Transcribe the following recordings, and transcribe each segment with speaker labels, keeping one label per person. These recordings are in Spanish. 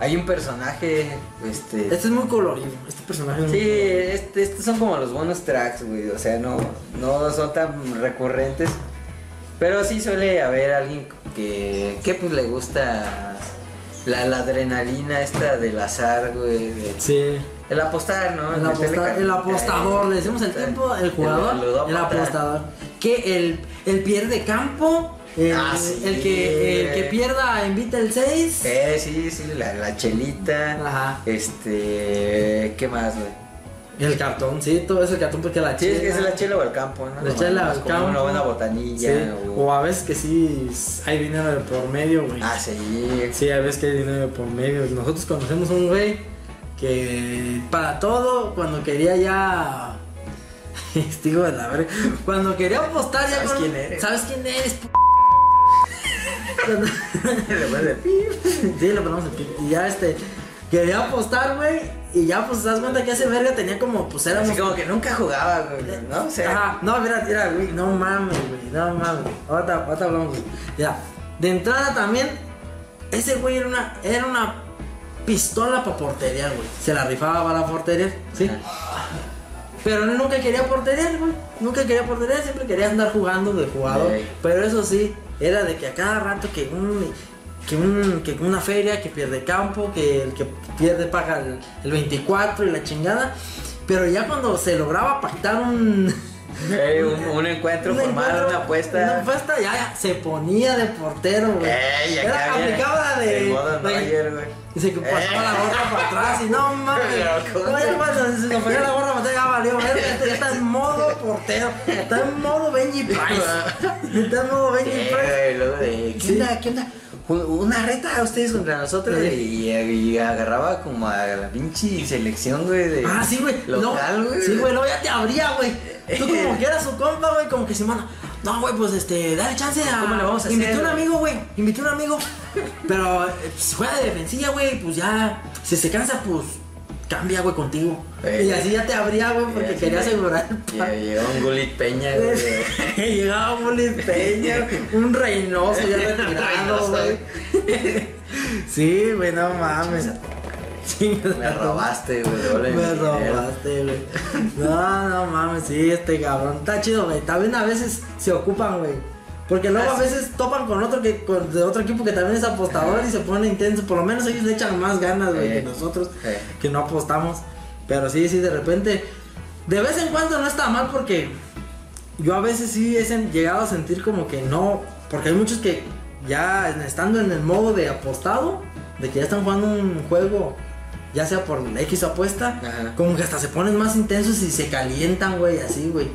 Speaker 1: Hay un personaje, este...
Speaker 2: Este es muy colorido, este personaje es
Speaker 1: Sí,
Speaker 2: muy colorido.
Speaker 1: este- estos son como los bonus tracks, güey. O sea, no, no son tan recurrentes. Pero sí suele haber alguien que, que pues le gusta la, la adrenalina esta del azar, güey. de-
Speaker 2: Sí.
Speaker 1: el apostar, ¿no?
Speaker 2: El,
Speaker 1: Meterle
Speaker 2: aposta- el
Speaker 1: carnita,
Speaker 2: apostador,
Speaker 1: eh,
Speaker 2: le decimos el
Speaker 1: eh,
Speaker 2: tiempo, el jugador, el,
Speaker 1: ludópata.
Speaker 2: apostador. Que el, el pierde campo, el,
Speaker 1: Ah, sí,
Speaker 2: el que, el
Speaker 1: güey.
Speaker 2: que pierda invita el 6.
Speaker 1: Eh, sí, sí, la, la chelita.
Speaker 2: Ajá.
Speaker 1: Este. ¿Qué más, güey?
Speaker 2: El cartón, sí, todo es el cartón porque la
Speaker 1: Sí, es que es
Speaker 2: chela-
Speaker 1: la chela o el campo, ¿no?
Speaker 2: La chela
Speaker 1: Más
Speaker 2: al
Speaker 1: como
Speaker 2: campo.
Speaker 1: Una buena
Speaker 2: Sí,
Speaker 1: botanilla. o-
Speaker 2: O a veces que sí s- hay dinero de por medio, güey.
Speaker 1: Ah, sí.
Speaker 2: Sí, a veces que hay dinero de por medio. Nosotros conocemos un güey que para todo, cuando quería ya. Este hijo de la verga. Cuando quería apostar ya.
Speaker 1: ¿Sabes
Speaker 2: con-
Speaker 1: quién eres?
Speaker 2: ¿Sabes quién eres? p-? Cuando-
Speaker 1: Le pone-
Speaker 2: sí, lo ponemos el pip. Y ya este. Quería apostar, güey. Y ya pues te das cuenta que ese verga tenía como, pues éramos
Speaker 1: Así como que nunca jugaba, güey, ¿no? O sea,
Speaker 2: Ajá, no, mira, mira, güey, no mames, güey, no mames. Ahorita, ahorita hablamos, güey. Mira, de entrada también, ese güey era una, era una pistola para portería, güey. Se la rifaba para la portería, ¿sí? Pero él nunca quería portería, güey. Nunca quería portería, siempre quería andar jugando de jugador.
Speaker 1: Ey.
Speaker 2: Pero eso sí, era de que a cada rato que un. Que, un, que una feria, que pierde campo, que el que pierde paga el, el 24 y la chingada. Pero ya cuando se lograba pactar un,
Speaker 1: eh, un, un encuentro
Speaker 2: un
Speaker 1: formal,
Speaker 2: encuentro,
Speaker 1: una
Speaker 2: Una
Speaker 1: apuesta.
Speaker 2: apuesta, ya, ya, se ponía de portero, güey.
Speaker 1: Ey, acá
Speaker 2: Era
Speaker 1: viene
Speaker 2: aplicaba la
Speaker 1: el modo
Speaker 2: de.
Speaker 1: Neuer, güey.
Speaker 2: y se pasaba
Speaker 1: Eh.
Speaker 2: la gorra para atrás y no mames.
Speaker 1: Loco.
Speaker 2: No, ya cuando se nos ponía la gorra para atrás ya valió. verga, Este ya está en modo portero. Está en modo Benji Price. Está en modo Benji
Speaker 1: Eh,
Speaker 2: Price.
Speaker 1: güey, luego de, ¿Qué
Speaker 2: Sí.
Speaker 1: onda? ¿Qué onda? Ju- Una reta a ustedes contra nosotros
Speaker 2: Sí.
Speaker 1: y, y agarraba como a la pinche selección, güey. de
Speaker 2: Ah, sí, güey.
Speaker 1: Local,
Speaker 2: no,
Speaker 1: güey.
Speaker 2: Sí, güey, luego ya te abría, güey. Tú como que eras su compa, güey, como que Simona. No, güey, pues este, dale chance a.
Speaker 1: ¿Cómo le vamos a
Speaker 2: Invité
Speaker 1: hacer,
Speaker 2: un
Speaker 1: güey?
Speaker 2: amigo, güey. Invité un amigo. Pero eh, si juega de defensiva, güey, pues ya. Si se cansa, pues cambia, güey, contigo.
Speaker 1: Eh.
Speaker 2: y así ya te abría, güey,
Speaker 1: Y
Speaker 2: porque
Speaker 1: así,
Speaker 2: quería
Speaker 1: güey,
Speaker 2: asegurar el
Speaker 1: y-
Speaker 2: pa-
Speaker 1: y eh, un Gulit Peña, güey.
Speaker 2: Llegaba un Peña, un reinoso ya retirado,
Speaker 1: Reynoso,
Speaker 2: güey. Sí, güey, no mames. Sí,
Speaker 1: Me robaste, güey. doble
Speaker 2: me
Speaker 1: dinero.
Speaker 2: robaste, güey. No, no mames, sí, este cabrón. Está chido, güey. También a veces se ocupan, güey. Porque luego a veces topan con otro que con, de otro equipo que también es apostador y se pone intenso. Por lo menos ellos le echan más ganas, güey,
Speaker 1: Eh,
Speaker 2: que nosotros,
Speaker 1: eh.
Speaker 2: que no apostamos. Pero sí, sí, de repente. De vez en cuando no está mal porque yo a veces sí he sen- llegado a sentir como que no, porque hay muchos que ya estando en el modo de apostado, de que ya están jugando un juego, ya sea por X apuesta,
Speaker 1: Ajá.
Speaker 2: como que hasta se ponen más intensos y se calientan, güey, así, güey.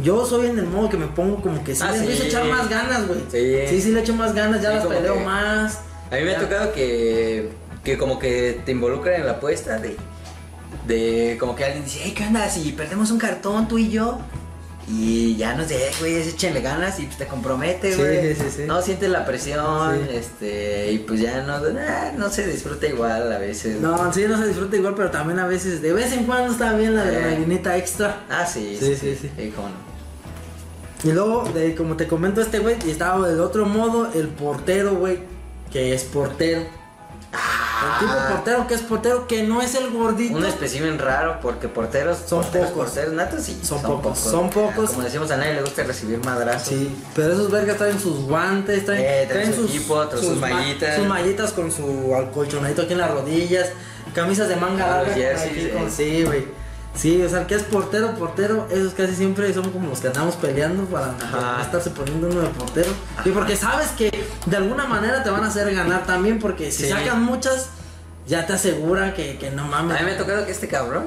Speaker 2: Yo soy en el modo que me pongo como que sí,
Speaker 1: Ah,
Speaker 2: le
Speaker 1: sí.
Speaker 2: empiezo a echar más ganas, güey.
Speaker 1: Sí.
Speaker 2: sí, le echo más ganas, ya
Speaker 1: Sí,
Speaker 2: las
Speaker 1: como
Speaker 2: peleo
Speaker 1: que-
Speaker 2: más.
Speaker 1: A mí me ha
Speaker 2: Ya.
Speaker 1: tocado que, que como que te involucran en la apuesta de, de como que alguien dice, hey, ¿qué onda? Si perdemos un cartón tú y yo. Y ya no sé, güey, es échenle ganas y pues, te compromete,
Speaker 2: Sí,
Speaker 1: güey.
Speaker 2: sí, sí.
Speaker 1: No sientes la presión,
Speaker 2: Sí.
Speaker 1: este, y pues ya no, nah, no se disfruta igual a veces.
Speaker 2: No, sí, no se disfruta igual, pero también a veces, de vez en cuando está bien la
Speaker 1: Eh.
Speaker 2: adrenalinita extra.
Speaker 1: Ah, sí,
Speaker 2: Sí, sí, sí.
Speaker 1: cómo no.
Speaker 2: Y luego, de- como te comento, este güey y estaba del otro modo, el portero, güey, que es portero. El tipo portero que es portero, que no es el gordito.
Speaker 1: Ah. Un espécimen raro porque porteros
Speaker 2: Son
Speaker 1: porteros,
Speaker 2: pocos.
Speaker 1: Porteros natos sí.
Speaker 2: Son pocos, son pocos.
Speaker 1: Como decimos a nadie le gusta recibir madrazos.
Speaker 2: Sí, pero esos vergas traen sus guantes, traen,
Speaker 1: Eh, traen su equipo, traen sus
Speaker 2: ma-
Speaker 1: mallitas.
Speaker 2: Sus mallitas con su alcolchonadito aquí en las rodillas, camisas de manga
Speaker 1: Con los
Speaker 2: larga. con
Speaker 1: jerseys,
Speaker 2: aquí
Speaker 1: eh.
Speaker 2: con- Sí, güey. Sí, o sea, el que es portero, portero, esos casi siempre son como los que andamos peleando para
Speaker 1: Ajá.
Speaker 2: no estarse poniendo uno de portero. Y porque sabes que de alguna manera te van a hacer ganar también, porque si
Speaker 1: Sí.
Speaker 2: sacan muchas, ya te asegura que, que no mames.
Speaker 1: A mí me ha tocado que este cabrón,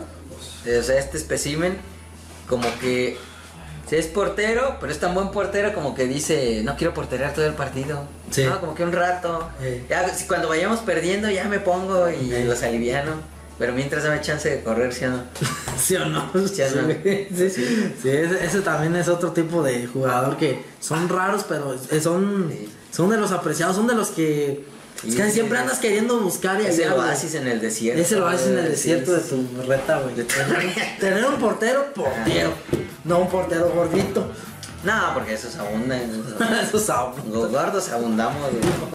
Speaker 1: eh, o sea, este espécimen, como que si es portero, pero es tan buen portero como que dice, no quiero porterear todo el partido.
Speaker 2: Sí.
Speaker 1: No, como que un rato.
Speaker 2: Eh.
Speaker 1: Ya, si cuando vayamos perdiendo ya me pongo y
Speaker 2: Eh.
Speaker 1: los aliviano. Pero mientras dame chance de correr, ¿sí o no?
Speaker 2: ¿Sí o no?
Speaker 1: Sí o no.
Speaker 2: Sí, sí. Sí, ese, ese también es otro tipo de jugador que son raros, pero es- son,
Speaker 1: Sí.
Speaker 2: son de los apreciados, son de los que
Speaker 1: Sí,
Speaker 2: casi
Speaker 1: sí,
Speaker 2: siempre
Speaker 1: sí.
Speaker 2: andas queriendo buscar y
Speaker 1: Es el
Speaker 2: hallar, güey.
Speaker 1: oasis en el desierto.
Speaker 2: Es el oasis en el
Speaker 1: Sí,
Speaker 2: desierto de
Speaker 1: sí,
Speaker 2: tu reta, güey.
Speaker 1: De tu reta.
Speaker 2: Tener un portero, portero. No un portero gordito.
Speaker 1: No, porque esos abundan. esos abundan.
Speaker 2: Eso es algo.
Speaker 1: Los gordos abundamos. güey.